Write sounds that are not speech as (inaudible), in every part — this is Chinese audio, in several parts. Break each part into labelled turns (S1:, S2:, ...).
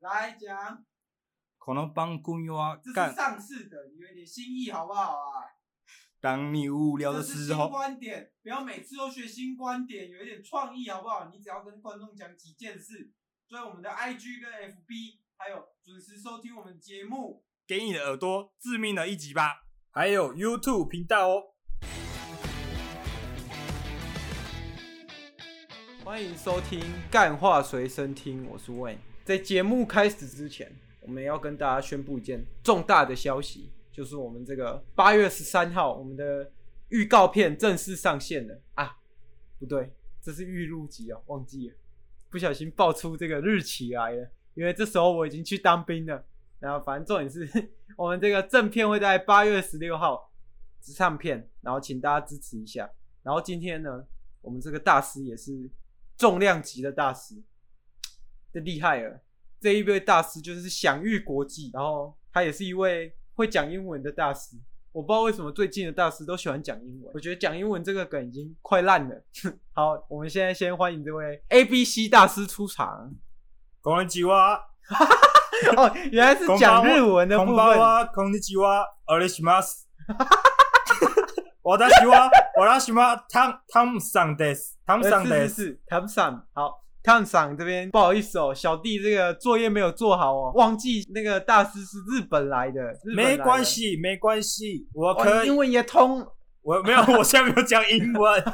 S1: 来讲，
S2: 可能帮公友啊
S1: 这是
S2: 干。
S1: 上次的，你有点新意好不好啊？
S2: 当你无聊哦
S1: 这
S2: 的
S1: 是
S2: 时
S1: 新
S2: 候，
S1: 观点，不要每次都学新观点，有一点创意好不好？你只要跟观众讲几件事，所以我们的 IG 跟 FB，还有准时收听我们节目。
S2: 给你的耳朵致命的一击吧。
S3: 还有 YouTube 频道哦。
S1: 欢迎收听《干话随身听》，我是 Wayne。在节目开始之前，我们要跟大家宣布一件重大的消息，就是我们这个八月十三号，我们的预告片正式上线了啊！不对，这是预录集哦，忘记了，不小心爆出这个日期来了。因为这时候我已经去当兵了，然后反正重点是 (laughs) 我们这个正片会在八月十六号上片，然后请大家支持一下。然后今天呢，我们这个大师也是重量级的大师，这厉害了。这一位大师就是享誉国际，然后他也是一位会讲英文的大师。我不知道为什么最近的大师都喜欢讲英文，我觉得讲英文这个梗已经快烂了。 (laughs) 好，我们现在先欢迎这位 A B C 大师出场。 (laughs)
S2: こんにちは，
S1: 哦，原来是讲日文的
S2: こ
S1: 部
S2: んばん
S1: 分。
S2: は、こんにちは、お願いします。 (laughs) 私は、私はタンタムさんです。タムさ
S1: 呃
S2: ん
S1: 是是
S2: です。
S1: 是，汤桑好，汤桑这边不好意思哦，小弟这个作业没有做好哦，忘记那个大师是日本来的，日本来
S2: 没
S1: 的
S2: 关，系，没关系，我
S1: 哦
S2: 可
S1: 你
S2: 以。
S1: 英文也通，
S2: 我没有，我现在没有讲英 (laughs) 文。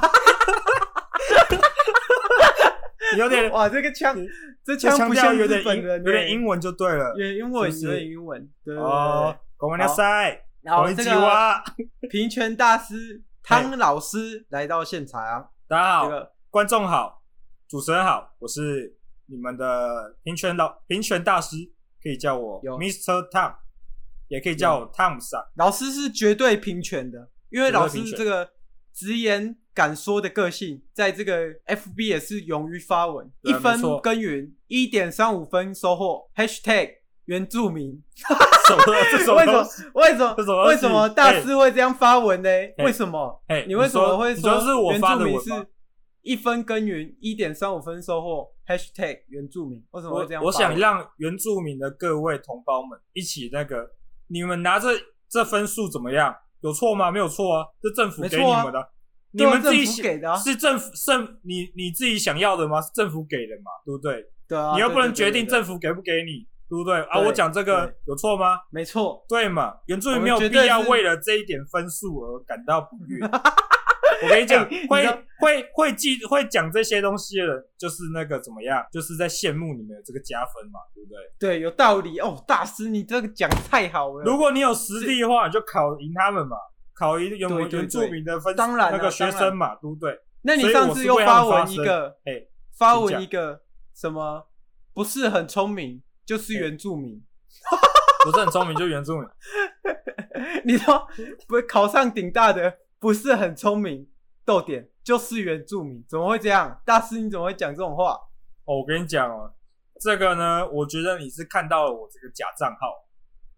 S2: 有点，
S1: 哇，这个腔
S2: 你，
S1: 这
S2: 这
S1: 腔
S2: 腔
S1: 不
S2: 调
S1: 像
S2: 有
S1: 日
S2: 点
S1: 本
S2: 英，
S1: 人，
S2: 有点英，文就对了
S1: 有。点英文，
S2: 是
S1: 有
S2: 不是
S1: 点英文，对对对对
S2: 哦
S1: 对。，
S2: ごめんなさい。
S1: 然
S2: こ
S1: 后
S2: んに
S1: 这
S2: ち
S1: 个
S2: は。
S1: 平权大师汤老师来到现场啊，
S2: 大家
S1: 这
S2: 好，
S1: 个
S2: 观众好，主持人好，我是你们的平权老平权大师，可以叫我
S1: 有
S2: Mr. Tom，也可以叫我 Tom 上。
S1: 老师是绝对平权的，因为老师
S2: 绝对平权
S1: 这个直言敢说的个性，在这个 FB 也是勇于发文，一
S2: 对啊
S1: 分
S2: 没错
S1: 耕耘，一点三五分收获。Hashtag 原住民，
S2: 什么？ (laughs) 这什么
S1: 为什
S2: 东
S1: 么
S2: 西？
S1: 为什么
S2: 这什么东西
S1: 为什么大师会这样发文呢？
S2: 哎
S1: 为什么？
S2: 哎，
S1: 你为什么
S2: 说
S1: 会
S2: 你说是我
S1: 原
S2: 发
S1: 住
S2: 的
S1: 民
S2: 文吗
S1: 是？一分耕耘，一点三五分收获？Hashtag 原住民，为什么会这样
S2: 我我
S1: 发文
S2: 想让原住民的各位同胞们一起那个，你们拿着这分数怎么样？有错吗？没有错啊，这政府
S1: 没
S2: 给
S1: 错
S2: 你
S1: 啊
S2: 们的，你
S1: 对啊
S2: 们自己
S1: 政府
S2: 想
S1: 给的啊
S2: 是政府政你你自己想要的吗？是政府给的嘛，对不对？
S1: 对啊，
S2: 你又不能
S1: 对对
S2: 决
S1: 对
S2: 定
S1: 对
S2: 政府给不给你，对不对？啊，
S1: 对
S2: 我讲这个
S1: 对
S2: 有错吗？
S1: 没错，
S2: 对嘛，原住民没有
S1: 我们绝
S2: 必
S1: 对
S2: 要
S1: 是
S2: 为了这一点分数而感到不
S1: (laughs)
S2: 悦。我跟你讲，
S1: 哎你
S2: 会
S1: 知道
S2: 会会记会讲这些东西的人，就是那个怎么样，就是在羡慕你们有这个加分嘛，对不对？
S1: 对，有道理哦，大师，你这个讲太好了。
S2: 如果你有实力的话，你就考赢他们嘛，考赢原
S1: 对对
S2: 原住民的分
S1: 当然啊
S2: 那个学
S1: 当
S2: 生
S1: 然
S2: 嘛，对不对？
S1: 那你
S2: 所以
S1: 上
S2: 我
S1: 次
S2: 是
S1: 又
S2: 为他们
S1: 文
S2: 发
S1: 一
S2: 声
S1: 个
S2: 哎，
S1: 发
S2: 请
S1: 文
S2: 讲
S1: 一个什么不是很聪明，就是
S2: 哎
S1: 原住民。 (laughs)
S2: 不是很聪明就原住民，
S1: 你说不考上顶大的不是很聪明，逗点就是原住民，怎么会这样？大师你怎么会讲这种话？
S2: 哦，我跟你讲哦，这个呢，我觉得你是看到了我这个假账号。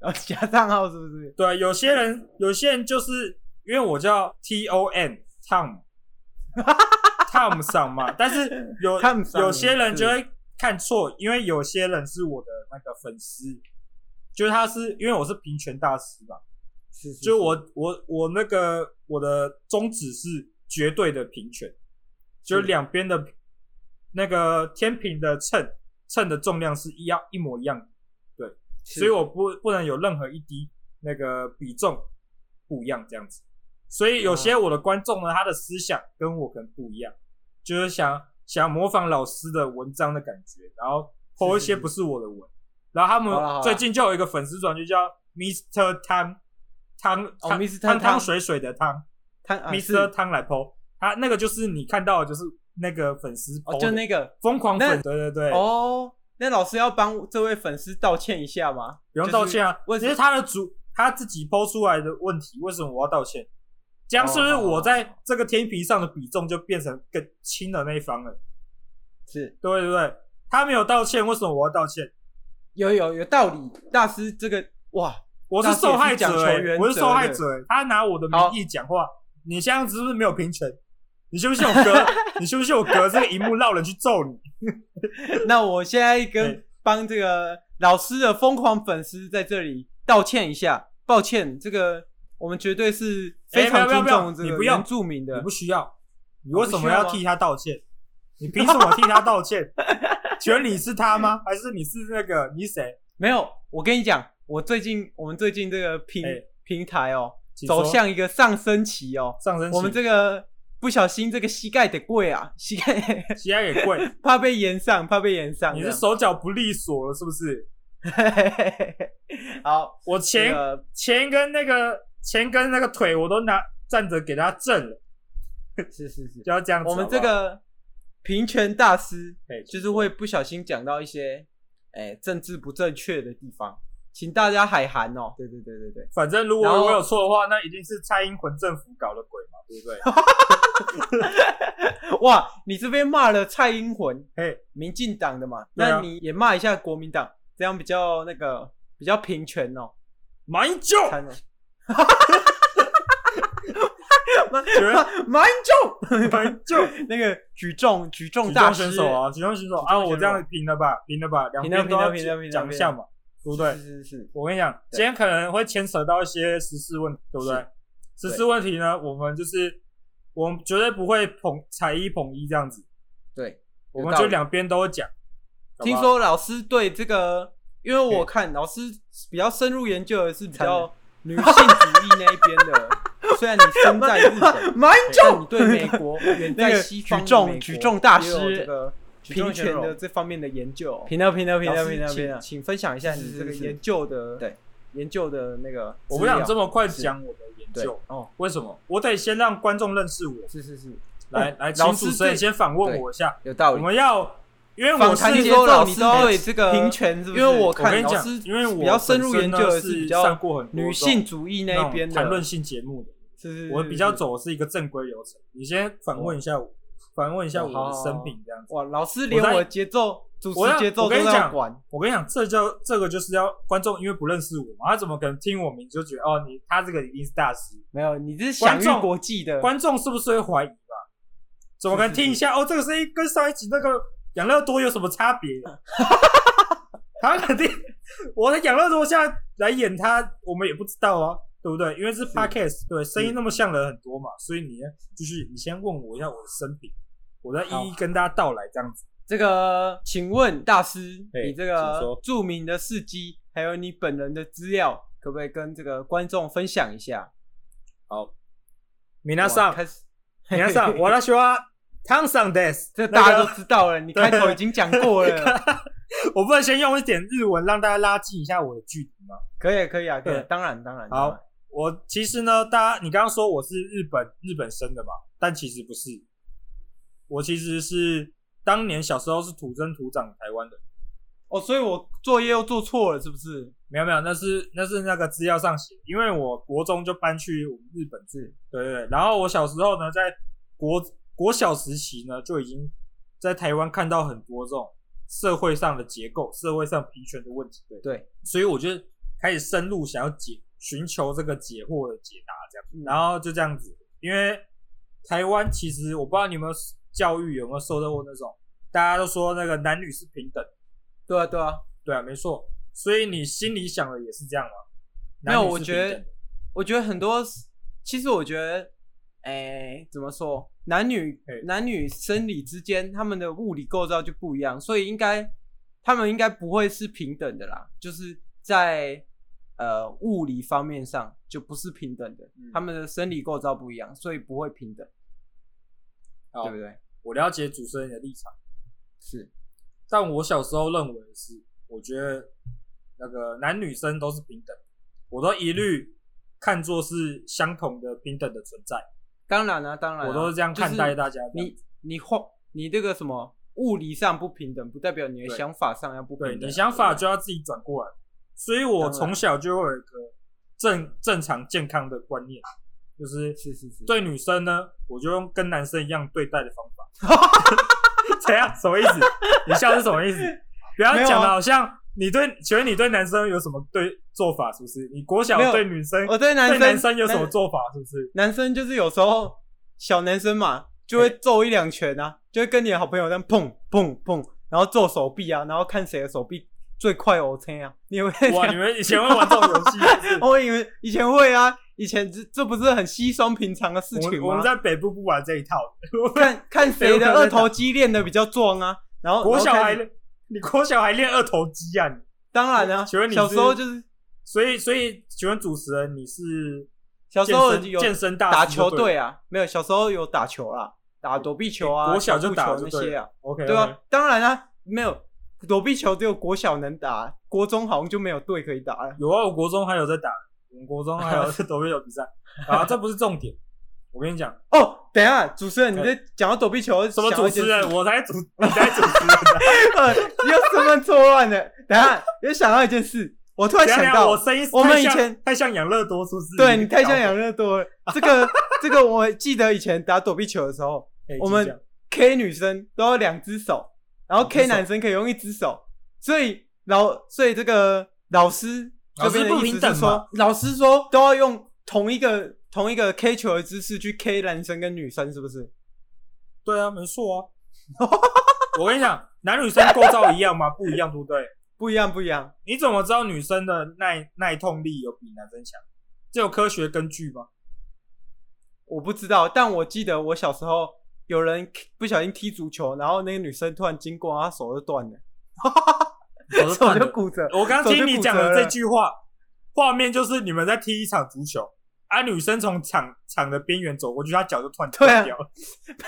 S1: 然后加账号是不是？
S2: 对，啊有些人有些人就是因为我叫 T O N Tom
S1: (laughs)
S2: Tom 上嘛，但是有
S1: Tom 上
S2: 有些人
S1: 是
S2: 就会看错，因为有些人是我的那个粉丝，就是他是因为我是平权大师嘛，
S1: 是是
S2: 就是我我我那个我的宗旨是绝对的平权，就是
S1: 是
S2: 两边的那个天平的秤秤的重量是一样一模一样的。
S1: 是
S2: 所以我不不能有任何一滴那个比重不一样这样子。所以有
S1: 哦
S2: 些我的观众呢，他的思想跟我可能不一样，就是想想模仿老师的文章的感觉，然后抛一些
S1: 是
S2: 不是我的文。然后他
S1: 好啦好啦
S2: 们最近就有一个粉丝团，就叫 Mr. 汤汤
S1: 哦
S2: 汤
S1: Mr.
S2: 汤
S1: 汤
S2: 汤水水的汤
S1: 他啊是
S2: Mr. 汤来抛，他那个就是你看到的就是那个粉丝抛
S1: 哦，
S2: 的，
S1: 就那个
S2: 疯狂
S1: 那
S2: 粉，对对对，
S1: 哦，那老师要帮这位粉丝道歉一下吗？
S2: 不用道歉啊，
S1: 为
S2: 只
S1: 什
S2: 是他的主他自己抛出来的问题，为什么我要道歉？这样是不是
S1: 哦
S2: 我在这个天平上的比重就变成更轻的那一方了？
S1: 是
S2: 对对对，他没有道歉，为什么我要道歉？
S1: 有有有道理，大师这个哇，
S2: 我是受害者、
S1: 那是也是讲求原
S2: 欸，
S1: 则
S2: 我是受害者、欸，他拿我的名义讲话，你这样子是不是没有平权？你信不信我隔？ (laughs) 你信不信我隔这个荧幕让人去揍你？
S1: 那我现在
S2: 对
S1: 跟帮这个老师的疯狂粉丝在这里道歉一下，抱歉，这个我们绝对是非常
S2: 哎没有
S1: 尊
S2: 没有
S1: 重这
S2: 没
S1: 个
S2: 有你不要
S1: 原住民
S2: 你
S1: 的
S2: 不。需要，你
S1: 我
S2: 为
S1: 不
S2: 什
S1: 需
S2: 么
S1: 要
S2: 要
S1: 吗
S2: 替他道歉？你凭什么替他
S1: (laughs)
S2: 道歉？请问你是他吗？还是你是那个你谁？
S1: 没有，我跟你讲，我最近我们最近这个平、
S2: 哎
S1: 平台哦，
S2: 请
S1: 走
S2: 说
S1: 向一个上升期哦。
S2: 上升期，
S1: 我们这个不小心这个膝盖得跪啊，膝盖
S2: 膝盖也
S1: (laughs)
S2: 贵，
S1: 怕被延上，怕被延上
S2: 你
S1: 这
S2: 是
S1: 样。
S2: 手脚不利索了是不是？
S1: (laughs) 好，
S2: 我
S1: 这
S2: 前
S1: 个
S2: 前跟那个前跟那个腿我都拿站着给他正了，
S1: 是是是，
S2: 就要这样子
S1: 我们
S2: 好不
S1: 这
S2: 好
S1: 个平权大师
S2: 哎
S1: 就是会不小心讲到一些哎、政治不正确的地方，请大家海涵哦。对对对对对，
S2: 反正如果
S1: 然后
S2: 我有错的话，那一定是蔡英文政府搞的鬼嘛，对不
S1: (laughs)
S2: 对？(laughs)
S1: 哇，你这边骂了蔡英文，
S2: 嘿，
S1: 民进党的嘛，
S2: 对
S1: 那
S2: 啊
S1: 你也骂一下国民党，这样比较那个比较平权哦。
S2: 马英九，
S1: 看哦，
S2: 请
S1: (laughs)
S2: 问
S1: 蛮重，
S2: 马英九，
S1: (laughs) 那个举重举重
S2: 举
S1: 大
S2: 重
S1: 师
S2: 选手啊，举重选手啊，
S1: 举重选手
S2: 我这样平了吧，平了吧，两
S1: 平了
S2: 边都要
S1: 平了平了平了
S2: 讲一下嘛，对不对
S1: 是？是是，
S2: 我跟你讲，
S1: 对
S2: 今天可能会牵扯到一些时事问题，对不对
S1: 是？
S2: 时事问题呢，我们就是我们绝对不会捧踩一捧一这样子，
S1: 对。
S2: 我
S1: 有
S2: 们
S1: 道
S2: 就
S1: 理
S2: 两边都讲。好不
S1: 听
S2: 好
S1: 说老师对这个，因为我看老师比较深入研究的是比较女性主义那一边的。虽然你身在日本，
S4: (laughs) 蛮
S1: 对但你对美国远
S4: 那
S1: 在
S4: 个
S1: 西方的
S4: 举重
S1: 美国
S4: 举重大
S1: 也有
S4: 师
S1: 这个
S4: 举重
S1: 平
S4: 选手
S1: 权的这方面的研究哦，
S4: 平了平了平
S1: 老
S4: 了
S1: 师
S4: 平了平
S1: 请
S4: 了，
S1: 请分享一下你这个
S4: 是是是
S1: 研究的
S4: 对
S1: 研究的那个资料，
S2: 我不想这么快讲我的研
S1: 对
S2: 究，
S1: 哦，
S2: 为什么？我得先让观众认识我。
S1: 是是是，
S2: 来
S1: 哦
S2: 来，
S1: 老
S2: 请
S1: 师
S2: 主持人
S1: 对
S2: 先访问我一下。
S4: 有道
S2: 我
S4: 理。
S2: 们要，因为
S1: 访
S2: 我
S1: 谈
S2: 是
S1: 节
S4: 节奏
S1: 奏
S4: 你
S1: 你
S4: 都
S1: 都对这个
S4: 平权是不
S1: 因
S4: 是
S1: 为我
S2: 我
S1: 看
S2: 跟你
S1: 老
S2: 讲
S1: 师，
S2: 因为我
S1: 比较深入
S2: 本
S1: 研
S2: 身呢
S1: 究的
S2: 是
S1: 比较
S2: 上过很多
S1: 女
S2: 这种
S1: 性主义
S2: 那
S1: 那
S2: 种
S1: 一边的
S2: 谈论，性节目的，
S1: 是是是
S2: 我比较
S1: 是
S2: 走的是一个正规流程。你先访问一下我，访问一下我
S1: 哦好好
S2: 的
S1: 好
S2: 生平这样子。
S1: 哇，老师连我节奏、主
S2: 我
S1: 持
S2: 要
S1: 节奏
S2: 我
S1: 都
S2: 跟你
S1: 要
S2: 讲
S1: 管，
S2: 我跟你讲，这叫这个就是要观众因为不认识我嘛，他怎么可能听我名字就觉得哦，你他这个一定是大师？
S1: 没有，你这是享誉
S2: 观众
S1: 国际的，
S2: 观众是不是会怀疑吧？怎么可能听一下哦？这个声音跟上一集那个养乐多有什么差
S1: (laughs)
S2: 别？他肯定，我的养乐多现在来演他，我们也不知道啊，对不对？因为是 podcast，对，声音那么像的人很多嘛，所以你呢，就是你先问我一下我的生平，我再一一跟大家道来这样子。
S1: 这个，请问大师，
S2: 嘿
S1: 你这
S2: 请
S1: 个
S2: 说
S1: 著名的事迹，还有你本人的资料，可不可以跟这个观众分享一下？
S2: 米
S1: 那
S2: 娜桑，
S1: 开始，
S2: 米
S1: (laughs)
S2: 娜桑，我来喜欢汤桑 des，
S1: 这大家
S2: 那
S1: 都
S2: 个
S1: 知道了，你开头已经讲
S2: (laughs)
S1: 过了，
S2: 我不能先用一点日文让大家拉近一下我的距离吗？
S1: 可以，可以啊，可以
S2: 对
S1: 啊，当然，当然，当
S2: 好
S1: 然，
S2: 我其实呢，大家你刚刚说我是日本日本生的嘛，但其实不是，我其实是当年小时候是土生土长的台湾的，
S1: 哦，所以我作业又做错了，是不是？
S2: 没有没有，那是那是那个资料上写，因为我国中就搬去我们日本住，对对对，然后我小时候呢，在国国小时期呢，就已经在台湾看到很多这种社会上的结构、社会上平权的问题，对
S1: 对，
S2: 所以我就开始深入想要解寻求这个解惑的解答，这样，然后就这样子，因为台湾其实我不知道你有没有教育有没有受到过那种大家都说那个男女是平等，
S1: 对啊，对啊，
S2: 对啊，没错，所以你心里想的也是这样吗？
S1: 没有
S2: 男女是
S1: 我觉得
S2: 平等的
S1: 我觉得很多，其实我觉得，哎、怎么说，男女
S2: 嘿
S1: 男女生理之间他们的物理构造就不一样，所以应该他们应该不会是平等的啦，就是在呃物理方面上就不是平等的，
S2: 嗯
S1: 他们的生理构造不一样，所以不会平等，
S2: 好
S1: 对不对？
S2: 我了解主持人的立场，
S1: 是
S2: 但我小时候认为是，我觉得那个男女生都是平等，我都一律看作是相同的平等的存在，
S1: 当然啊，当然啊、
S2: 我都是这样看待大家的。
S1: 就是你你换你这个什么物理上不平等，不代表你的
S2: 对
S1: 想法上要不平
S2: 对
S1: 等啊，
S2: 你想法就要自己转过来，所以我
S1: 当然
S2: 从小就会有一个正正常健康的观念，就是
S1: 是是是，
S2: 对女生呢，我就用跟男生一样对待的方法。 (laughs) 怎样？什么意思？你笑是什么意思？不要
S1: 没有啊
S2: 讲的好像你对，请问你对男生有什么对做法？是不是？你国小
S1: 没有
S2: 对女生，
S1: 我对男
S2: 对
S1: 生
S2: 男生有什
S1: 男
S2: 么做法？是不是？
S1: 男生就是有时候小男生嘛，就
S2: 哎
S1: 会揍一两拳啊，就会跟你的好朋友这样碰碰碰，然后揍手臂啊，然后看谁的手臂最快 OK 啊，你会
S2: 哇，你们以前会玩这种游戏是不
S1: (laughs) 我以为以前会啊，以前这这不是很稀松平常的事
S2: 是？
S1: 情
S2: 我们
S1: 吗？啊
S2: 我们在北部不玩这一套的，我们
S1: 看看谁的二头肌练的比较壮啊。然后
S2: 国小
S1: 然后
S2: 还
S1: 开始
S2: 你国小还练二头肌啊？你
S1: 当然啊，
S2: 请问你
S1: 小
S2: 是
S1: 时候就是
S2: 所以所以，请问主持人，你是
S1: 小时候
S2: 健身
S1: 有
S2: 健身大
S1: 打
S2: 师
S1: 球
S2: 就对
S1: 队啊，没有小时候有打球啦，打躲避球啊，
S2: 哎国小就
S1: 小
S2: 打
S1: 步球
S2: 就
S1: 那
S2: 对
S1: 些
S2: 了
S1: 啊，
S2: ，OK
S1: 对啊，当然啊，没有躲避球只有国小能打，国中好像就没有队可以打了。
S2: 有啊，我国中还有在打，我们国中还有 (laughs) 躲避球比赛啊，这不是重点。我跟你讲，
S1: 哦，等一下，主持人，你在讲到躲避球，
S2: 什么主持人，
S1: 想
S2: 我才主，你才主持人
S1: (laughs)
S2: 啊。
S1: 到一件事，呃你又身份错乱了。等一下，又想到一件事，我突然
S2: 等一下
S1: 想
S2: 等一下
S1: 到，
S2: 我声音太像，
S1: 我们以前
S2: 太像养乐多，是不是？
S1: 对你太像养乐多了。这个这个，我记得以前打躲避球的时候
S2: 哎，
S1: 我
S2: 请讲
S1: 们 K 女生都要两只手，然后
S2: 两只
S1: K
S2: 手
S1: 男生可以用一只手，所以老所以这个老师
S2: 老
S1: 这
S2: 师
S1: 边
S2: 不
S1: 的意
S2: 平
S1: 思
S2: 等
S1: 是
S2: 嘛
S1: 说，老师说都要用同一个同一个 K 球的姿势去 K 男生跟女生，是不是？
S2: 对啊，没错啊。我跟你讲，男女生构造一样吗？不一样，对不对？
S1: 不一样，不一样。
S2: 你怎么知道女生的耐耐痛力有比男生强？这有科学根据
S1: (laughs)
S2: 吗？
S1: 我不知道，但我记得我小时候有人不小心踢足球，然后那个女生突然经过，她手就断了，
S2: 我是
S1: 手
S2: 看
S1: 就
S2: 的
S1: 骨折。 (laughs)
S2: 我刚听你讲的
S1: 手就骨折了
S2: 这句话，画面就是你们在踢一场足球，啊，女生从场场的边缘走过去，她脚就突然
S1: 对啊
S2: 断掉了，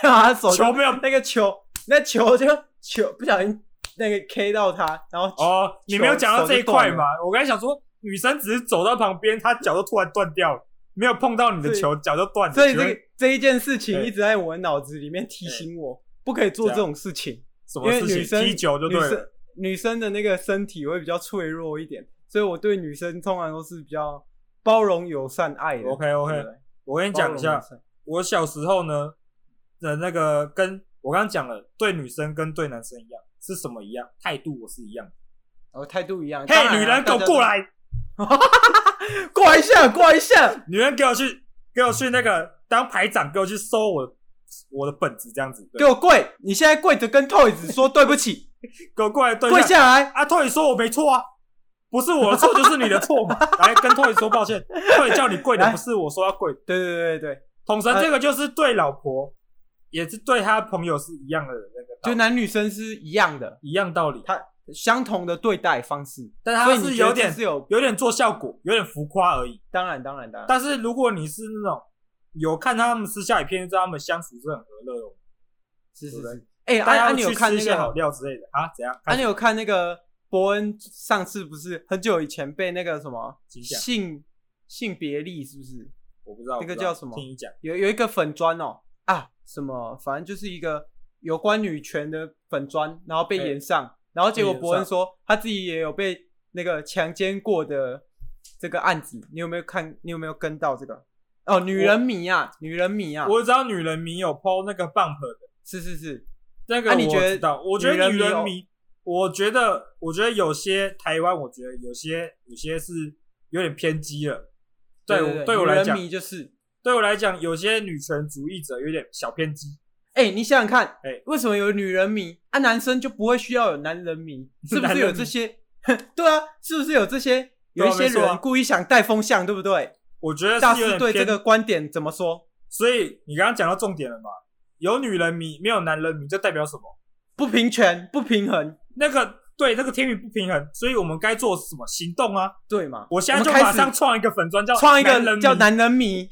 S1: 没有，他手就
S2: 球
S1: (laughs)
S2: 没有
S1: 那个球，那球就球不小心那个 K 到他，然后
S2: 哦，你没有讲到这一块嘛？我刚才想说，女生只是走到旁边，她脚就突然断掉了，没有碰到你的
S1: 所以
S2: 球，脚就断
S1: (laughs)
S2: 了。
S1: 所以
S2: 请问
S1: 这这一件事情
S2: 对
S1: 一直在我脑子里面提醒我，不可以做这种事情，
S2: 什
S1: 因
S2: 么
S1: 为
S2: 事
S1: 女
S2: 情？
S1: 生
S2: 踢球就
S1: 女
S2: 对
S1: 生
S2: 了。
S1: 女生的那个身体会比较脆弱一点，所以我对女生通常都是比较包容、友善、爱的。
S2: OK，OK
S1: 对不对
S2: 我跟你讲一
S1: 包容
S2: 下
S1: 友，善
S2: 我小时候呢的那个跟我刚刚讲了，对女生跟对男生一样是什么一样？态度我是一样的。
S1: 然后态度一样。
S2: 嘿
S1: 当然啊，
S2: 女人给
S1: 大家
S2: 我
S1: 都
S2: 过来！
S1: (laughs) 过来一下，过来一下。
S2: 女人给我去，给我去那个当排长，给我去收我的我的本子，这样子，
S1: 给
S2: 对
S1: 我跪！你现在跪着跟 Toys 说对不起，
S2: 给我过来对
S1: 跪
S2: 下。
S1: 下来。
S2: 啊，托你说我没错啊，不是我的错就是你的
S1: (laughs)
S2: 错嘛。来跟托你说抱歉，托你叫你跪的
S1: 来
S2: 不是我说要跪的。
S1: 对对对对，
S2: 统神
S1: 呃
S2: 这个就是对老婆，也是对他朋友是一样的那个道
S1: 就
S2: 理，
S1: 男女生是一样的，
S2: 一样道理，
S1: 他相同的对待方式，
S2: 但他
S1: 所以
S2: 是
S1: 你
S2: 有
S1: 觉得这
S2: 点
S1: 是有，
S2: 有点做效果，有点浮夸而已。
S1: 当然当然当然，
S2: 但是如果你是那种有看他们私下影片，知道他们相处是很和乐的，
S1: 是是
S2: 对不对
S1: 是。哎，
S2: 大
S1: 安
S2: 家
S1: 安，你有
S2: 去
S1: 看
S2: 吃一
S1: 那
S2: 些好
S1: 个？
S2: 料之类的啊？怎样？
S1: 安，你有看那个伯恩上次不是很久以前被那个什么
S2: 请讲
S1: 性性别力是不是？
S2: 我不知道
S1: 那个
S2: 我不知
S1: 叫
S2: 道
S1: 什么
S2: 听你讲，
S1: 有有一个粉砖哦啊什么，反正就是一个有关女权的粉砖，然后被
S2: 哎
S1: 延上，然后结果
S2: 被延上
S1: 伯恩说他自己也有被那个强奸过的这个案子，你有没有看？你有没有跟到这个？哦，女人迷啊，女人迷啊，
S2: 我只知道女人迷有 PO 那个 bump 的。
S1: 是是是，
S2: 那个
S1: 啊
S2: 我
S1: 你觉得
S2: 知道，我觉得
S1: 女人迷
S2: 女人
S1: 哦
S2: 迷，我觉得我觉得有些台湾，我觉得有些有些是有点偏激了。对
S1: 对
S2: 我
S1: 对
S2: 我来
S1: 女人
S2: 讲，
S1: 迷就是，
S2: 对我来讲，有些女权主义者有点小偏激。
S1: 哎、你想想看，
S2: 哎
S1: 为什么有女人迷啊？男生就不会需要有男人迷，是不
S2: 男
S1: 是
S2: 人
S1: 有
S2: 迷
S1: 这些？对啊，是不是有这些？有
S2: 对啊
S1: 一些
S2: 没错啊
S1: 人故意想带风向，对不对？
S2: 我觉得
S1: 大
S2: 是有
S1: 师
S2: 点
S1: 对这
S2: 偏，
S1: 个观点怎么说？
S2: 所以你刚刚讲到重点了嘛？有女人迷，没有男人迷，这代表什么？
S1: 不平权、不平衡，
S2: 那个对那个天平不平衡，所以我们该做什么行动啊？
S1: 对吗？
S2: 我现在就
S1: 们开
S2: 马
S1: 始
S2: 上创一个粉砖，叫
S1: 创一
S2: 男人
S1: 个
S2: 迷
S1: 叫男人迷，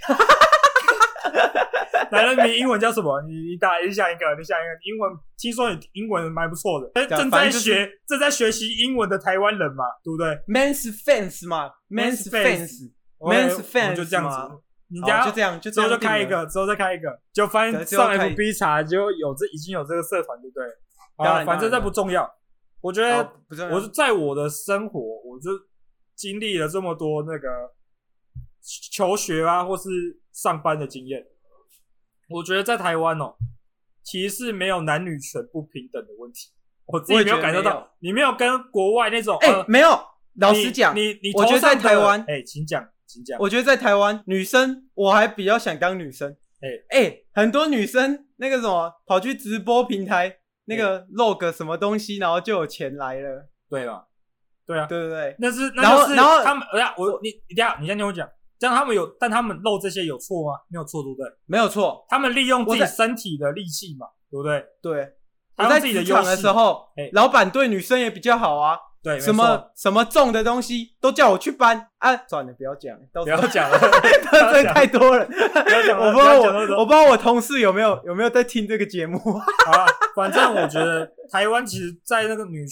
S2: 男人迷英文叫什么？你你打你想一个，你想一个英文，听说你英文蛮不错的，哎
S1: 对啊
S2: 正
S1: 反
S2: 在
S1: 正就是
S2: 学、正在学习英文的台湾人嘛，对不对
S1: man's fans 嘛
S2: Man's
S1: ，man's
S2: fans
S1: fans，Men's
S2: OK，我们就
S1: fans
S2: 这样
S1: 嘛
S2: 子，你等
S1: 好
S2: 下
S1: 就这样，就
S2: 之
S1: 这
S2: 后
S1: 样
S2: 就开一
S1: 定了，
S2: 个，之后再开一个，就发
S1: 对
S2: 现
S1: 之后
S2: 上
S1: 开
S2: FB 查啊就有这已经有这个社团，对不对？
S1: 当然
S2: 啊，反正这
S1: 当然
S2: 不重要，我觉
S1: 好
S2: 得
S1: 哦不重要
S2: 呃我是在我的生活，我就经历了这么多那个求学啊，或是上班的经验。我觉得在台湾哦，其实是没有男女权不平等的问题。我自己
S1: 我也
S2: 没有
S1: 觉得
S2: 感受
S1: 没有
S2: 到，你没有跟国外那种。
S1: 哎
S2: 呃，
S1: 没有，老
S2: 你
S1: 实讲，
S2: 你你
S1: 我觉得
S2: 头
S1: 在
S2: 上的
S1: 台湾
S2: 哎，请讲，请讲。
S1: 我觉得在台湾女生，我还比较想当女生。
S2: 哎
S1: 哎、很多女生那个什么，跑去
S2: 哎
S1: 直播平台那个 log 什么东西，然后就有钱来了。
S2: 对了，对啊，
S1: 对对对，
S2: 那是那
S1: 然后
S2: 就是
S1: 然后
S2: 他们，等一下我你你等一下你先听我讲，这样他们有，但他们漏这些有错吗？没有错，对不对？
S1: 没有错。
S2: 他们利用自
S1: 我
S2: 己
S1: 在
S2: 身体的力气嘛，对不对？
S1: 对，我
S2: 他用
S1: 在
S2: 自己的
S1: 职
S2: 优
S1: 场
S2: 势
S1: 的时，候
S2: 哎，
S1: 老板对女生也比较好啊，
S2: 对，没
S1: 什
S2: 错
S1: 么什么重的东西都叫我去搬啊！算了，不要讲，到
S2: 不
S1: 时
S2: 要
S1: 候 (laughs)
S2: 讲了，
S1: 这太多了。
S2: 不要讲了，
S1: 我不
S2: 不
S1: 知道
S2: 要
S1: 我
S2: 讲了。
S1: 我不知道我同事有没有有没有在听这个节目。
S2: 好啊，反正我觉得台湾其实，在那个女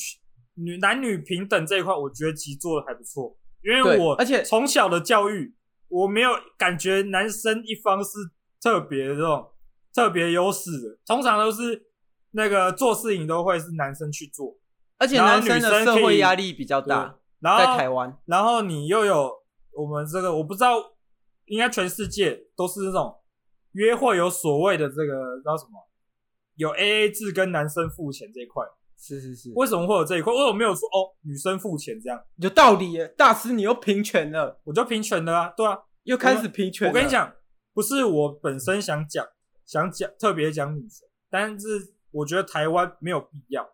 S2: 女男女平等这一块，我觉得其实做的还不错。因为
S1: 对
S2: 我
S1: 而且
S2: 从小的教育，我没有感觉男生一方是特别的这种特别优势的，通常都是那个做事情都会是男生去做，
S1: 而且
S2: 然后
S1: 男生
S2: 女
S1: 的
S2: 生可
S1: 社
S2: 以
S1: 会压力比较
S2: 对啊
S1: 大，
S2: 然
S1: 在台
S2: 后
S1: 湾。
S2: 然后你又有我们这个，我不知道，应该全世界都是这种约会有所谓的这个叫什么，有 A A 制跟男生付钱这一块。
S1: 是是是，
S2: 为什么会有这一块？为什么没有说哦，女生付钱这样，
S1: 有道理耶，大师你又平权了，
S2: 我就平权了啊？对啊，
S1: 又开始平权。
S2: 我跟你，讲，不是我本身想讲，想讲特别讲女生，但是我觉得台湾没有必要。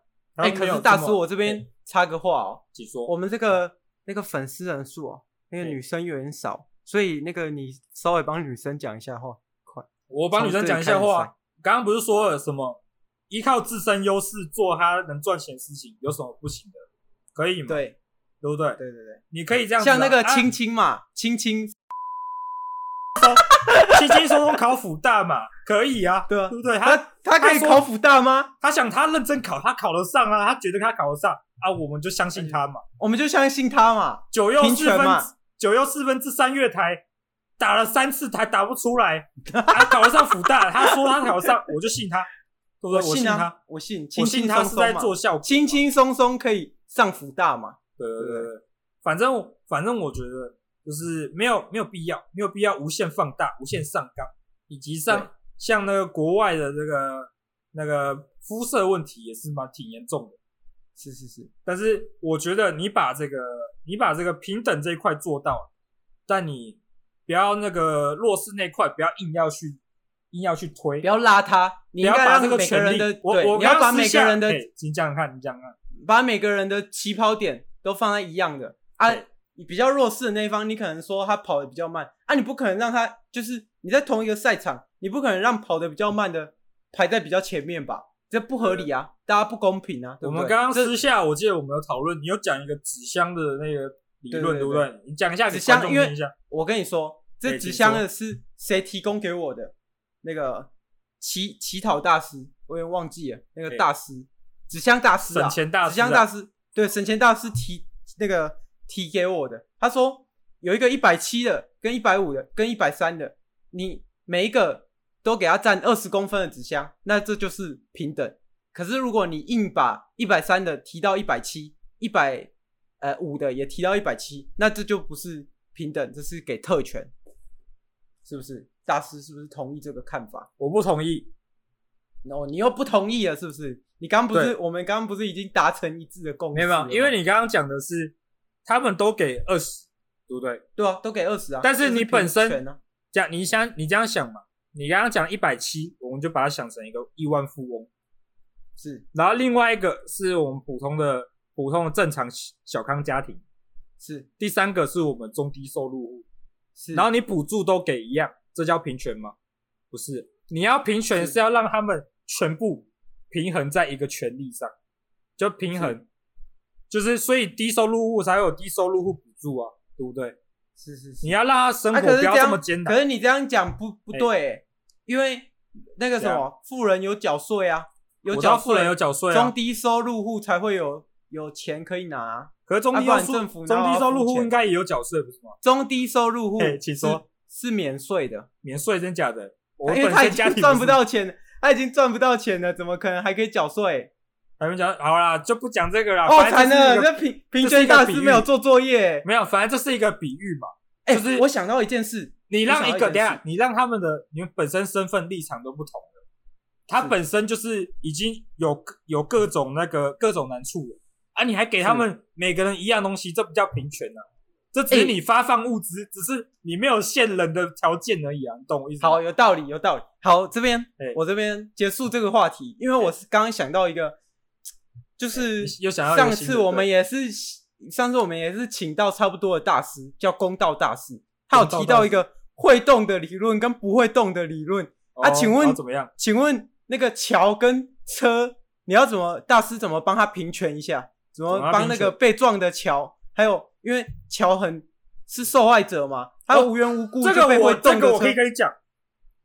S1: 哎，
S2: 台湾
S1: 可
S2: 没有
S1: 是大
S2: 这
S1: 师，
S2: 么
S1: 我这边
S2: 哎
S1: 插个话哦，
S2: 请说，
S1: 我们这个那个粉丝人数哦，那个
S2: 哎
S1: 女生有点少，所以那个你稍微帮女生讲一下话，快。
S2: 我帮女生讲一下
S1: 从这里
S2: 话
S1: 看一下
S2: 啊。刚刚不是说了什么依靠自身优势做她能赚钱的事情，有什么不行的？可以吗？，
S1: 对
S2: 对不对？
S1: 对对对，
S2: 你可以这样子啊，
S1: 像那个
S2: 啊
S1: 青青嘛，青青，
S2: 轻轻松松考辅大嘛，可以啊，
S1: 对啊
S2: 对不对？
S1: 他
S2: 他
S1: 他可以
S2: 他说
S1: 考辅大吗？
S2: 他想他认真考，他考得上啊，他觉得他考得上啊，我们就相信他嘛。
S1: 我们就相信他嘛。
S2: 九又
S1: 平
S2: 四
S1: 权
S2: 分
S1: 嘛
S2: 之，九又四分之三月台打了三次台打不出
S1: (laughs)
S2: 来，他考得上辅大，他说他考得上，我就信他，对不对？我
S1: 信
S2: 他，
S1: 啊，我信，
S2: 我
S1: 轻
S2: 信
S1: 轻
S2: 他
S1: 松
S2: 是
S1: 松
S2: 在
S1: 嘛，
S2: 做效果，
S1: 轻轻松松可以上福大嘛。
S2: 对对对对，反正反正我觉得就是没有没有必要，没有必要无限放大、无限上纲，以及
S1: 对
S2: 上像那个国外的这个那个肤色问题也是蛮挺严重的。
S1: 是是是，
S2: 但是我觉得你把这个你把这个平等这一块做到了，但你不要那个弱势那一块不要硬要去硬要去推，
S1: 不要拉他，你
S2: 不
S1: 应
S2: 要
S1: 该
S2: 把
S1: 让
S2: 这个
S1: 每个
S2: 权
S1: 人
S2: 利
S1: 的，
S2: 我
S1: 对，
S2: 我
S1: 你要
S2: 刚
S1: 把
S2: 刚私
S1: 每个
S2: 下
S1: 人的
S2: 嘿你这样看，你这啊样看，
S1: 把每个人的起跑点都放在一样的啊
S2: 对。
S1: 你比较弱势的那一方，你可能说他跑的比较慢啊，你不可能让他就是你在同一个赛场，你不可能让跑的比较慢的排在比较前面吧？这不合理啊，大家不公平啊，对
S2: 我
S1: 不对？
S2: 们刚刚
S1: 这
S2: 私下，我记得我们有讨论，你有讲一个纸箱的那个理论，
S1: 对对
S2: 不对？你讲一下给
S1: 纸箱
S2: 观众
S1: 因为
S2: 听一下。
S1: 我跟你说，
S2: 哎
S1: 这
S2: 请
S1: 纸箱的是谁提供给我的？那个乞乞讨大师，我有点忘记了。那
S2: 哎
S1: 个大师，纸箱大师啊，
S2: 省钱大师啊
S1: 纸箱大师，对，省钱大师提那个提给我的。他说有一个一百七的，跟一百五的，跟一百三的，你每一个都给他占二十公分的纸箱，那这就是平等。可是如果你硬把一百三的提到一百七，一百呃五的也提到一百七，那这就不是平等，这是给特权，是不是？大师是不是同意这个看法？
S2: 我不同意，
S1: 然、后你又不同意了，是不是？你刚不
S2: 对
S1: 是我们刚刚不是已经达成一致的共识
S2: 没有没
S1: 了吗？
S2: 有，因为你刚刚讲的是他们都给二十，对不对？
S1: 对啊，都给二十啊，
S2: 但
S1: 这
S2: 是你本身
S1: 平权啊，
S2: 这样你想，你这样想嘛？你刚刚讲一百七，我们就把它想成一个亿万富翁，
S1: 是
S2: 然后另外一个是我们普通的普通的正常小康家庭，
S1: 是
S2: 第三个是我们中低收入户，
S1: 是，
S2: 然后你补助都给一样，这叫平权吗？不是，你要平权
S1: 是
S2: 是要让他们全部平衡在一个权利上，就平衡，就是所以低收入户才会有低收入户补助啊，对不对？
S1: 是是是
S2: 你。要让他生活
S1: 啊可是
S2: 不要
S1: 这样
S2: 么艰
S1: 可
S2: 难，哎
S1: 是你这样讲不不对、欸因为那个什
S2: 怎
S1: 么富人有缴税啊，有
S2: 啊我知
S1: 缴
S2: 道
S1: 税
S2: 富人有缴税啊
S1: 中，低收入户才会有有钱可以拿啊、
S2: 可是中低
S1: 啊不然
S2: 收
S1: 政府
S2: 入
S1: 哪有
S2: 中低收入
S1: 付
S2: 户
S1: 钱
S2: 应该也有缴税不是吗？
S1: 中低收入户
S2: 嘿哎请
S1: 是
S2: 说
S1: 是免税的，
S2: 免税真假的？我
S1: 因为
S2: 本
S1: 哎他已
S2: 身家
S1: 经
S2: 庭
S1: 赚不
S2: 是，
S1: 到钱了，他已经赚不到钱了，怎么可能还可以缴税？
S2: 还没讲好啦，就不讲这个啦。
S1: 哦，
S2: 啊
S1: 惨
S2: 反正这是一
S1: 了，
S2: 个
S1: 这平平
S2: 这是
S1: 权
S2: 一个
S1: 大
S2: 比
S1: 师
S2: 喻
S1: 没有做作业。
S2: 没有，反正这是一个比喻嘛。
S1: 哎、
S2: 就是
S1: 我想到一件事，
S2: 你让一
S1: 我想到
S2: 个
S1: 一件
S2: 等一下
S1: 事，
S2: 你让他们的你们本身身份立场都不同了，他
S1: 是
S2: 本身就是已经有有各种那个各种难处了啊，你还给他们每个人一样东西，这不叫平权啊，这只是
S1: 哎
S2: 你发放物资，只是你没有限人的条件而已啊，你懂我意思吗？
S1: 好，有道理，有道理。好，这边、
S2: 哎
S1: 我这边结束这个话题，因为我是刚刚想到一个，就是
S2: 哎你又想要一个
S1: 上
S2: 新的
S1: 次我们
S2: 对
S1: 也是上次我们也是请到差不多的大师，叫公道大师，他有提到一个会动的理论跟不会动的理论。啊
S2: 哦
S1: 请问
S2: 然后怎么样？
S1: 请问那个桥跟车，你要怎么大师怎么帮他平权一下？怎么
S2: 怎么
S1: 帮那
S2: 平
S1: 个
S2: 权
S1: 被撞的桥？还有，因为桥很是受害者嘛，他
S2: 哦
S1: 无缘无故
S2: 这
S1: 就
S2: 个
S1: 被
S2: 我
S1: 会
S2: 这
S1: 动的
S2: 个我
S1: 车
S2: 可以，跟你讲，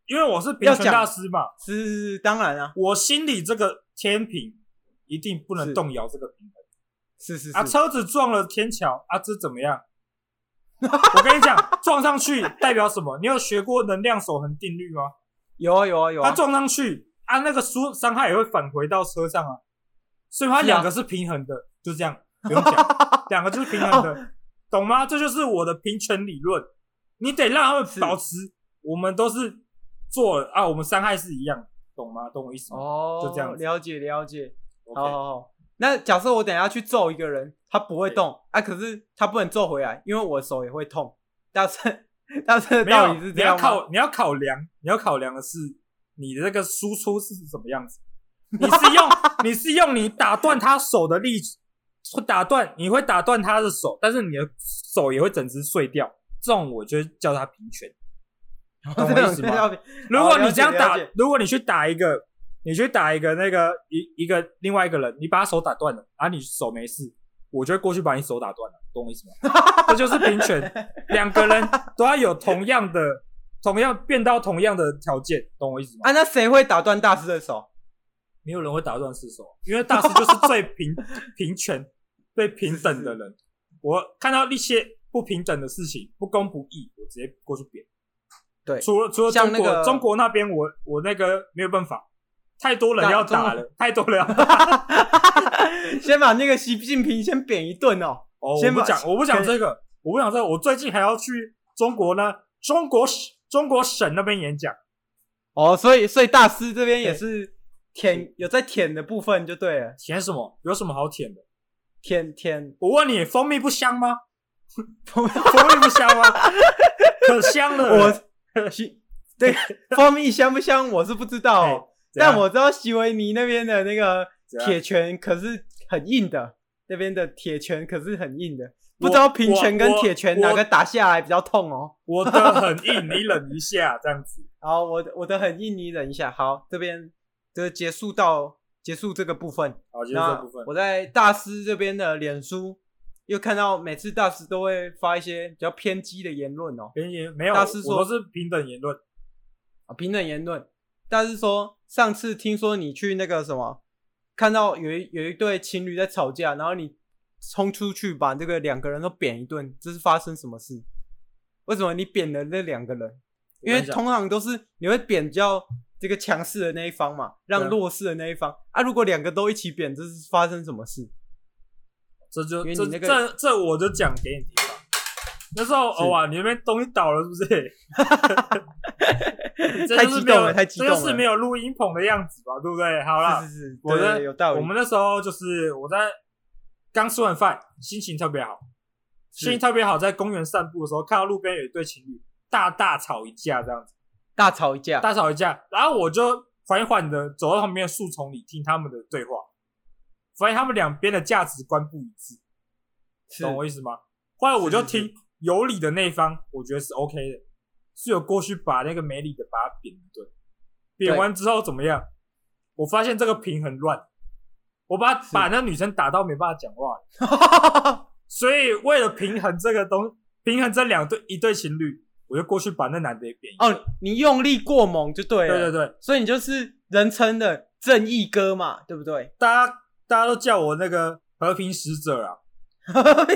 S2: 因为我是平
S1: 要
S2: 权
S1: 讲
S2: 大师嘛，
S1: 是是是，当然啊，
S2: 我心里这个天平一定不
S1: 是
S2: 能动摇这个平衡
S1: 是是是，
S2: 啊！车子撞了天桥啊，这怎么样？ (laughs) 我跟你讲，撞上去代表什么？你有学过能量守恒定律吗？
S1: 有啊有啊有
S2: 它
S1: 啊，
S2: 撞上去啊，那个伤伤害也会返回到车上啊，所以它
S1: 是啊
S2: 两个是平衡的，就这样，不用
S1: (laughs)
S2: 讲，两个就是平衡
S1: 哦
S2: 的，懂吗？这就是我的平权理论，你得让他
S1: 是
S2: 们保持，我们都是做了啊，我们伤害是一样的，懂吗？懂我意思吗？
S1: 哦，
S2: 就这样子
S1: 了解了解，
S2: OK
S1: 好好好。那假设我等一下去揍一个人，他不会动啊，可是他不能揍回来，因为我手也会痛。大师，大师 (laughs) 的
S2: 没
S1: 道
S2: 有，
S1: 理是
S2: 你
S1: 这
S2: 要
S1: 样吗？
S2: 考，你要考量，你要考量的是你的这个输出是什么样子。你
S1: (laughs)
S2: 是用你是用你打断他手的力，会打断你会打断他的手，但是你的手也会整只碎掉。这种我就叫他平权，
S1: (laughs)
S2: 懂我意思吗？
S1: 吗？
S2: (laughs) 如果你这样
S1: 了
S2: 打
S1: 解了解，
S2: 如果你去打一个，你去打一个那个一一个另外一个人，你把他手打断了，啊，你手没事，我就会过去把你手打断了，懂我意思吗？ (laughs) 这就是平权，两个人都要有同样的、同样变到同样的条件，懂我意思吗？
S1: 啊，那谁会打断大师的手？ (laughs)
S2: 没有人会打断四手，因为大师就是最
S1: (laughs)
S2: 平平权、最平等的人。我看到一些不平等的事情、不公不义，我直接过去扁。
S1: 对
S2: 除了除了
S1: 像
S2: 中
S1: 那
S2: 国，
S1: 个
S2: 中国那边我我那个没有办法，太多人要打了，太多人要
S1: (laughs)
S2: 打。
S1: 先把那个习近平先扁一顿哦。
S2: 哦，我
S1: 先把
S2: 不讲，我不讲这个，我不讲这个。我最近还要去中国呢，中国省中国省那边演讲。
S1: 哦，所以所以大师这边也
S2: 对
S1: 是舔有在舔的部分就对了，
S2: 舔什么？有什么好舔的？
S1: 舔
S2: (laughs)
S1: 舔
S2: 我问你，蜂蜜不香
S1: (laughs)
S2: 吗？蜂蜜不香吗？可香了。
S1: 我西对蜂蜜香不香我是不知道哦，
S2: 怎样
S1: 但我知道席维尼那边的那个
S2: 怎样
S1: 铁拳可是很硬的，那边的铁拳可是很硬的，不
S2: 我
S1: 知道平拳跟
S2: 我
S1: 铁拳
S2: 我
S1: 哪个打下来比较痛哦。
S2: 我的很硬，你忍一下，这样子。
S1: 好，我的我的很硬，你忍一下。好，这边就结束到结束这个部分。
S2: 好，就是这
S1: 那
S2: 部分。
S1: 我在大师这边的脸书又看到，每次大师都会发一些比较偏激的言论哦，
S2: 平言没有，
S1: 大师说
S2: 我都是平等言论。
S1: 啊，平等言论。大师说，上次听说你去那个什么，看到有一有一对情侣在吵架，然后你冲出去把这个两个人都扁一顿，这是发生什么事？为什么你扁了那两个人？因为
S2: 我跟你讲
S1: 通常都是你会扁比较这个强势的那一方嘛，让
S2: 对啊
S1: 弱势的那一方啊。如果两个都一起扁，这是发生什么事？
S2: 这就
S1: 因为
S2: 这
S1: 你那个
S2: 这这我就讲给你听吧。那时候
S1: 是
S2: 哦哇，你那边东西倒了是不
S1: (laughs)
S2: 是？这
S1: 太
S2: 就是
S1: 激
S2: 没有
S1: 动了，太激动了，
S2: 这就是没有录音棚的样子吧，对不对？好啦，
S1: 是是是，
S2: 我
S1: 对
S2: 在
S1: 对有道理。
S2: 我们那时候就是我在刚吃完饭，心情特别好，
S1: 是
S2: 心情特别好，在公园散步的时候，看到路边有一对情侣大大吵一架这样子。
S1: 大吵一架，
S2: 大吵一架，然后我就缓缓的走到旁边的树丛里听他们的对话，发现他们两边的价值观不一致，
S1: 是
S2: 懂我意思吗？后来我就是
S1: 是
S2: 听有理的那一方，我觉得是 OK 的，是有过去把那个没理的把他扁一顿，扁完之后怎么样？我发现这个平衡乱，我把
S1: 是
S2: 把那女生打到没办法讲话了，
S1: (laughs)
S2: 所以为了平衡这个东，平衡这两对一对情侣，我就过去把那男的也扁一顿。
S1: 哦，你用力过猛就对了，
S2: 对对对，
S1: 所以你就是人称的正义哥嘛，对不对？ (laughs)
S2: 大家大家都叫我那个和平使者啊，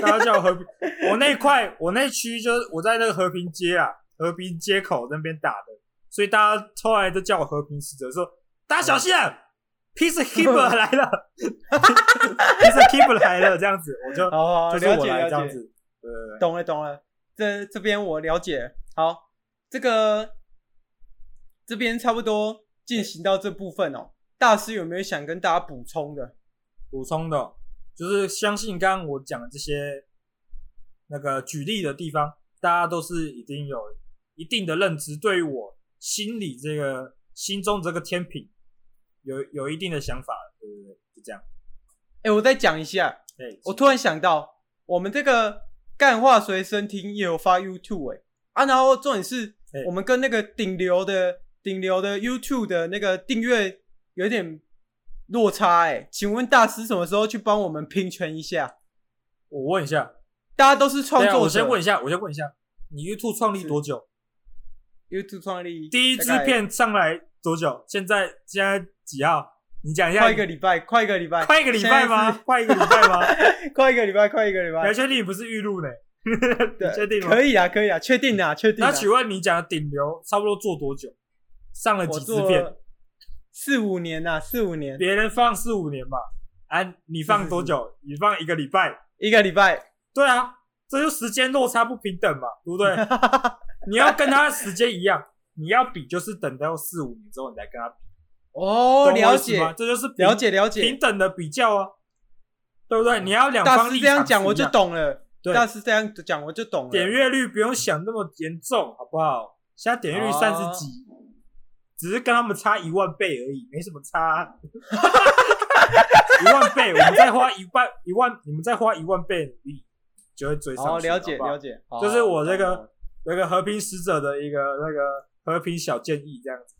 S2: 大家叫我和平。 (laughs) 我那一块我那区就是我在那个和平街啊，和平街口那边打的，所以大家后来都叫我和平使者，说大家小心啊，Peace
S1: 嗯
S2: Keeper 来了，Peace Keeper 来了，这样子我就
S1: 好好好，
S2: 就是
S1: 哦了
S2: 我
S1: 解
S2: 来这样
S1: 了解，
S2: 子，对对对，
S1: 懂了懂了，这这边我了解了。好，这个这边差不多进行到这部分哦。大师有没有想跟大家补充的？
S2: 补充的，就是相信刚刚我讲的这些那个举例的地方，大家都是一定有一定的认知，对于我心里这个心中这个天平有有一定的想法了，对不对？就这样。
S1: 哎、我再讲一下，
S2: 对，
S1: 我突然想到，我们这个干话随身听也有发 YouTube 哎、啊，然后重点是
S2: 哎
S1: 我们跟那个顶流的顶流的 YouTube 的那个订阅有点落差哎、请问大师什么时候去帮我们拼圈一下？
S2: 我问一下，
S1: 大家都是创
S2: 对啊，
S1: 作
S2: 我
S1: 者，
S2: 先问一下，我先问一下，你 YouTube 创立多久？
S1: YouTube 创立
S2: 第一支
S1: 大概
S2: 片上来多久？现在现在几号？你讲一下，
S1: 快一个礼拜，快一个礼拜，
S2: 快一个礼拜吗？快一个礼拜吗？
S1: (laughs) 快一个礼拜，快一个礼
S2: 你还
S1: 拜，
S2: 确定你不是预录呢？ (laughs)
S1: 对
S2: 你确定吗？
S1: 可以啊，可以啊，确定啊，确定啊。
S2: 那请问你讲的顶流差不多做多久？上了
S1: 我
S2: 几支
S1: 做
S2: 片？
S1: 了四五年呐、啊，四五年，
S2: 别人放四五年吧，啊，你
S1: 是
S2: 放
S1: 是
S2: 多久？你放一个礼拜？
S1: 一个礼拜， (laughs)
S2: 对啊，这就时间落差不平等嘛，对
S1: (laughs)
S2: 不对？你要跟他时间一样，你要比就是等到四五年之后你再跟他比。
S1: 哦，
S2: 懂我
S1: 了
S2: 意思
S1: 解，
S2: 吗？这就是平
S1: 了解，了解
S2: 平。等的比较啊，对不对？你要两
S1: 大
S2: 方
S1: 师
S2: 立
S1: 这样
S2: 场啊
S1: 讲
S2: 是
S1: 我
S2: 一
S1: 就
S2: 样
S1: 懂了，
S2: 对
S1: 大师这样讲我就懂了。
S2: 点阅率不用想那么严重，好不好？现在点阅率
S1: 哦
S2: 三十几，只是跟他们差一万倍而已，没什么差啊、一万倍，我们再花一万一万，你们再花一万倍的努力，就会追上去。
S1: 哦，了解
S2: 好不好
S1: 了解，哦好
S2: 就是我这个
S1: 好
S2: 那个和平使者的一个那个和平小建议，这样子。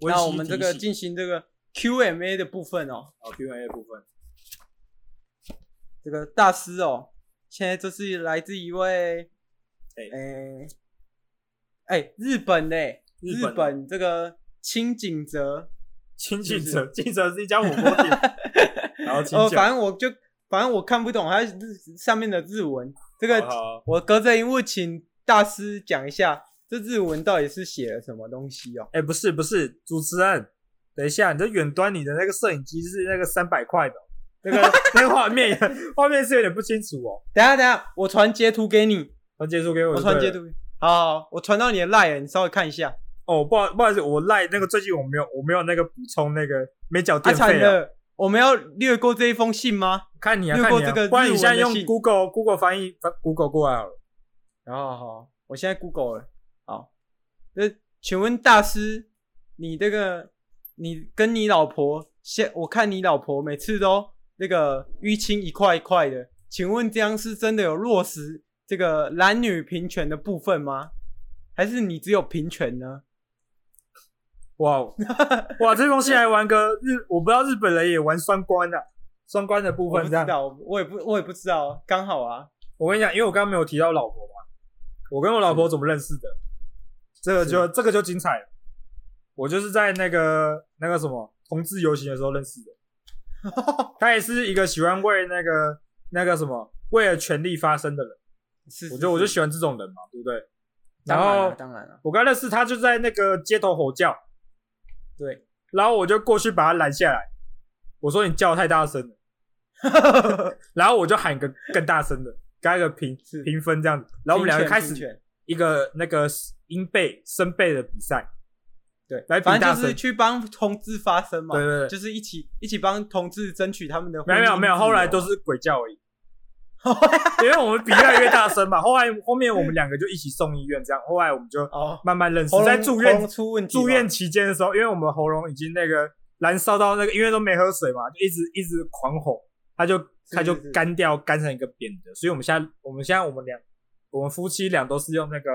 S2: 温
S1: 那
S2: 馨
S1: 我们这个
S2: 提醒
S1: 进行这个 Q&A 的部分哦，
S2: 哦 Q&A 的部分，
S1: 这个大师哦，现在这是来自一位，
S2: 哎
S1: 诶、哎、日本嘞、
S2: 日
S1: 日
S2: 本
S1: 这个清井泽，
S2: 清
S1: 是
S2: 景
S1: 不是
S2: 泽，景泽是一家火锅
S1: (laughs)
S2: 店，然后清
S1: 哦，
S2: 酒，
S1: 反正我就反正我看不懂它日上面的日文，这个
S2: 好好
S1: 我隔着荧幕请大师讲一下，这日文到底是写了什么东西哦？
S2: 哎、不是不是，主持人，等一下，你的远端你的那个摄影机是那个三百块的哦，
S1: (laughs)
S2: 那个那个画面画面是有点不清楚哦。
S1: 等一下等一下，我传截图给你，
S2: 传截图给我，
S1: 我哦传截。
S2: 嗯
S1: 图，好好，好我传到你的 line，你稍微看一下。
S2: 哦，不好不好意思，我赖那个最近我没有我没有那个补充那个没缴
S1: 啊
S2: 电
S1: 惨
S2: 费啊。
S1: 了，我们要略过这一封信吗？
S2: 看你啊
S1: 略
S2: 看
S1: 过
S2: 你
S1: 这个
S2: 啊，不然
S1: 日
S2: 你现在
S1: 文的
S2: 用
S1: 信
S2: Google Google 翻译翻 Google 过来好了。
S1: 然后好，我现在 Google 了。好，那请问大师，你这个你跟你老婆，现我看你老婆每次都那个淤青一块一块的，请问这样是真的有落实这个男女平权的部分吗？还是你只有平权呢？ (laughs)
S2: 哇哦哇，这封信还玩个日，我不知道日本人也玩双关的、双关的部
S1: 我
S2: 分
S1: 不
S2: 这
S1: 知
S2: 样。
S1: 道，我也不我也不知道，刚好啊，
S2: 我跟你讲，因为我刚刚没有提到老婆嘛，我跟我老婆怎么认识的，这个就这个就精彩了。我就是在那个那个什么同志游行的时候认识的，
S1: (laughs)
S2: 她也是一个喜欢为那个那个什么为了权利发声的人，
S1: 是
S2: 我就我就喜欢这种人嘛，对不对？然后
S1: 当然了、啊，
S2: 我刚认识她就在那个街头吼叫，
S1: 对，
S2: 然后我就过去把她拦下来，我说你叫太大声了，然后我就喊个更大声的，加一个评
S1: (laughs) 是
S2: 评分这样子，然后我们两个
S1: 平权
S2: 开始
S1: 平权
S2: 一个那个音贝声贝的比赛，
S1: 对，
S2: 来比
S1: 反
S2: 大
S1: 正就是
S2: 声
S1: 去帮同志发声嘛，
S2: 对对对
S1: 就是一起一起帮同志争取他们的婚
S2: 没有没有没有，后来都
S1: 是
S2: 是鬼叫
S1: (laughs)
S2: 而已，因为我们比越来越大声嘛，后来后面我们两个就一起送医院，这样后来我们就
S1: 哦，
S2: 慢慢认识
S1: 喉，咙
S2: 在住
S1: 喉
S2: 院
S1: 咙出问题嘛，哦
S2: 住院期间的时候，因为我们喉咙已经那个燃烧到那个，因为都没喝水嘛，就一直一直狂吼，他就是他就是干掉，干成一个扁的，所以我们现在我们现在我们俩我们夫妻俩都是用那个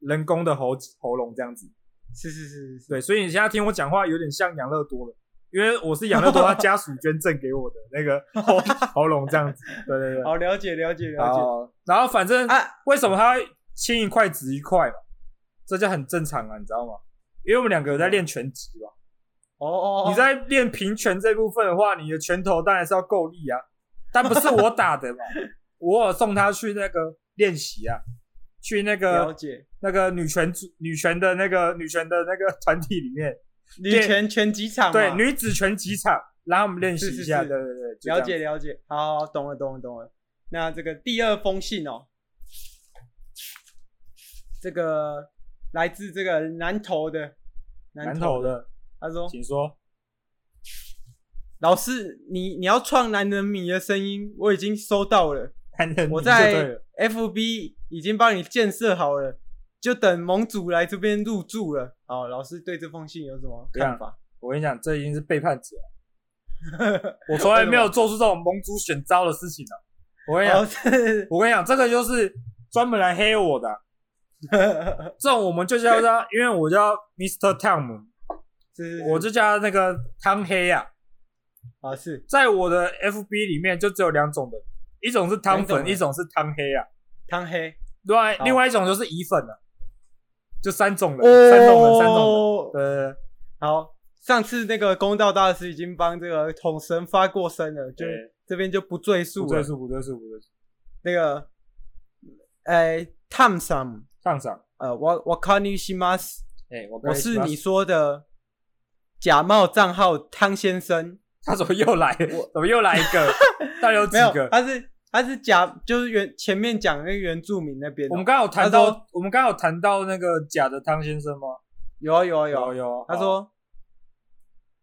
S2: 人工的喉喉咙这样子。
S1: 是是是是，
S2: 对，所以你现在听我讲话有点像养乐多了，因为我是养乐多他家属捐赠给我的那个喉喉咙这样子。对对
S1: (laughs)
S2: 对，
S1: 好了解了解了解
S2: 好，然后反正、
S1: 啊，
S2: 为什么他会青一块紫一块嘛，这就很正常啊，你知道吗？因为我们两个有在练拳击嘛，
S1: 哦哦，哦
S2: 你在练平拳这部分的话，你的拳头当然是要够力啊，但不是我
S1: (laughs)
S2: 打的嘛，我有送他去那个练习啊，去那
S1: 了
S2: 个
S1: 解
S2: 那个女权组女权的那个女权的那个团体里面。
S1: 女
S2: 练
S1: 权拳击场嘛
S2: 呃
S1: 啊
S2: 对，女子拳击场，然后我们练习
S1: 是
S2: 一
S1: 是
S2: 下，
S1: 是
S2: 对对对，就这
S1: 了
S2: 样
S1: 解。了解，好，好懂了懂了懂了。那这个第二封信哦，这个来自这个南投的
S2: 南投，的，
S1: 他说
S2: 请说。
S1: 老师，你你要创男人迷的声音，我已经收到了，
S2: 男人迷
S1: 我
S2: 就对
S1: 在
S2: 了
S1: FB 已经帮你建设好了，就等盟主来这边入住了。好，老师对这封信有什么看
S2: (laughs)
S1: 法？
S2: 我跟你讲，这已经是背叛者了。我从来没有做出这种盟主选招的事情了。啊我跟你讲，
S1: 哦，是 (laughs)
S2: 我跟你讲，这个就是专门来黑我的啊、这种我们就叫他，因为我叫 Mr. Tom，
S1: 是，
S2: 我就叫他那个汤黑啊。
S1: 啊是
S2: 在我的 FB 里面就只有两种人，一种是汤
S1: 两种
S2: 粉，
S1: 人
S2: 一种是汤黑啊。
S1: 汤黑，
S2: 另外
S1: 好
S2: 另外一种就是乙粉啊，就三种人，三种人，三种人。
S1: 人。
S2: 对对对
S1: 好，上次那个公道大师已经帮这个统神发过声了，就
S2: 对
S1: 这边就不赘述
S2: 不
S1: 了。
S2: 对数，不对数，不对数。
S1: 那个，哎、t o m s o n
S2: 上场，
S1: 呃，我我卡尼西马斯，
S2: 哎，我
S1: 我
S2: 跟
S1: 是
S2: 说
S1: 你，说的假冒账号汤先生，
S2: 他怎么又来？怎么又来一个？到底有几
S1: 没有，
S2: 个？
S1: 他是他是假，就是原前面讲那个原住民那边的，哦
S2: 我们刚刚有谈
S1: 他
S2: 到，我们刚刚有谈到那个假的汤先生吗？
S1: 有啊有啊有啊
S2: 有有，
S1: 他
S2: 好
S1: 说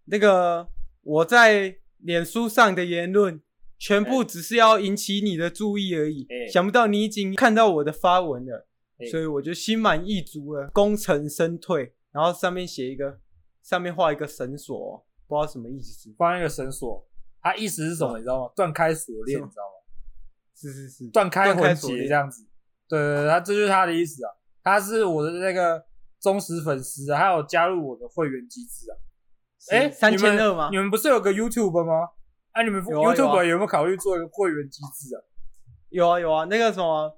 S1: 那个我在脸书上的言论。全部只是要引起你的注意而已，
S2: 哎
S1: 想不到你已经看到我的发文了，
S2: 哎
S1: 所以我就心满意足了，功成身退。然后上面写一个，上面画一个绳索哦、不知道什么意思。
S2: 放一个绳索，它意思是什么？你知道吗？断开锁链，
S1: 是吗
S2: 你知道吗？
S1: 是是是，
S2: 断开
S1: 断开
S2: 魂
S1: 锁
S2: 结
S1: 链
S2: 这样子。对对对，他这就是他的意思啊。他是我的那个忠实粉丝啊，他有加入我的会员机制啊。哎，
S1: 三
S2: 你们
S1: 千二吗
S2: 你？们不是有个 YouTube 吗？啊，你们
S1: 有啊有啊
S2: YouTube 有没有考虑做一个会员机制啊？
S1: 有啊有啊，那个什么，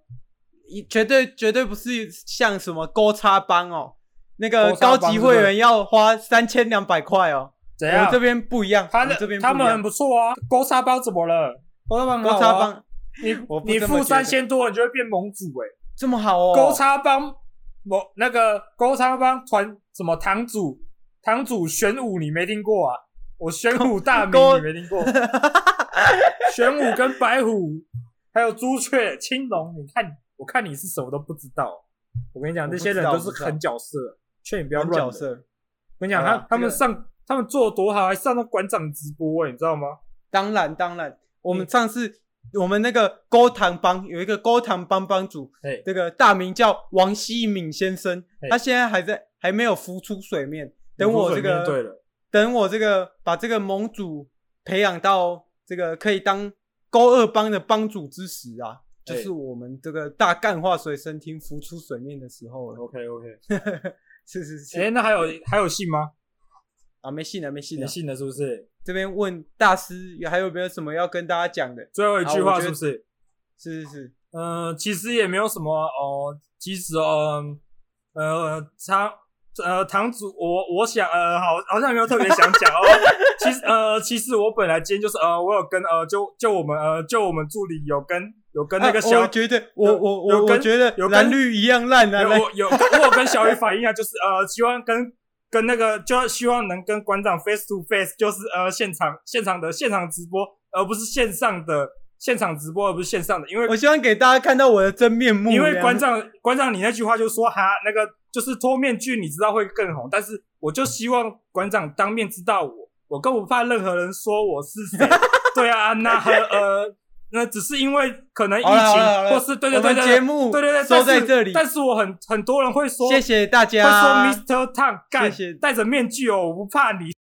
S1: 一绝对绝对不是像什么勾叉帮哦，那个
S2: 勾叉
S1: 高
S2: 帮
S1: 级
S2: 是不
S1: 会
S2: 是
S1: 员要花三千两百块哦。
S2: 怎
S1: 我
S2: 样
S1: 们这？边不一样，
S2: 他
S1: 我们这
S2: 的
S1: 边
S2: 他
S1: 不一
S2: 们
S1: 样
S2: 很不错啊。勾沙包怎么了？勾沙包很
S1: 勾
S2: 好啊
S1: 叉，帮
S2: 你
S1: 我不
S2: 你
S1: 这么
S2: 付
S1: 觉得
S2: 三千多，你就会变盟主哎。
S1: 这么好哦，
S2: 勾叉帮某那个勾叉帮团什么堂主堂主玄武，你没听过啊？我玄武大名
S1: 勾
S2: 你没
S1: (laughs)
S2: 听过？玄武跟白虎还有朱雀、青龙，你看我看你是什么都不知道。我跟你讲，
S1: 我
S2: 这
S1: 不
S2: 些
S1: 知
S2: 人
S1: 道
S2: 都
S1: 我
S2: 是
S1: 不知道
S2: 狠角色，劝你不要
S1: 软
S2: 乱
S1: 角啊
S2: 的。
S1: 色，
S2: 我跟你讲，
S1: 好啦
S2: 他他们
S1: 这个
S2: 上他们做的多好，还上到馆长直播欸，你知道吗？
S1: 当然当然，我们
S2: 嗯
S1: 上次我们那个勾糖帮有一个勾糖帮帮主，
S2: 哎
S1: 这个大名叫王希敏先生
S2: 嘿，
S1: 他现在还在还没有浮出水面，等我这
S2: 你不是很面对
S1: 个
S2: 了，
S1: 等我这个把这个盟主培养到这个可以当勾二帮的帮主之时啊。就
S2: 嘿
S1: 是我们这个大干话随身听浮出水面的时候了，
S2: OK OK。
S1: 是是是、
S2: 哦哎，那还有还有信吗？
S1: 啊，没信了没信啊
S2: 你
S1: 了，
S2: 信了是不是？
S1: 这边问大师有还有没有什么要跟大家讲的？
S2: 最后一
S1: 好
S2: 句
S1: 啊我
S2: 话
S1: 觉
S2: 是
S1: 得
S2: 不是？
S1: 是是是，
S2: 呃，其实也没有什么哦，其实哦，呃，堂呃堂主，我我想呃，好好像没有特别想讲哦。其实呃，其实我本来今天就是呃，我有跟呃，就就我们呃，就我们助理有跟有跟那个
S1: 啊
S2: 小、
S1: 我觉得我
S2: 有
S1: 我
S2: 有
S1: 我我
S2: 跟
S1: 觉得
S2: 有跟
S1: 蓝绿一样烂啊！
S2: 有
S1: 来
S2: 我有我有跟小雨反映啊，就是呃，希望跟跟那个就希望能跟馆长 face to face，就是呃现场现场的现场直播，而不是线上的现场直播，而不是线上的，因为
S1: 我希望给大家看到我的真面目。
S2: 因
S1: 这
S2: 为
S1: 样
S2: 馆长馆长你那句话就说哈，那个就是脱面具，你知道会更红，但是我就希望馆长当面知道我，我更不怕任何人说我是
S1: (laughs)
S2: 谁。对啊，那和呃，那只是因为可能疫情
S1: 好了好了好了
S2: 或是对对
S1: 我
S2: 对
S1: 们
S2: 对
S1: 节
S2: 对
S1: 目
S2: 对对对，
S1: 收在
S2: 但是
S1: 这里，
S2: 但是我很很多人会说
S1: 谢谢大家。啊
S2: 会说 Mr. Tang 干
S1: 谢谢
S2: 戴着面具哦，我不怕你。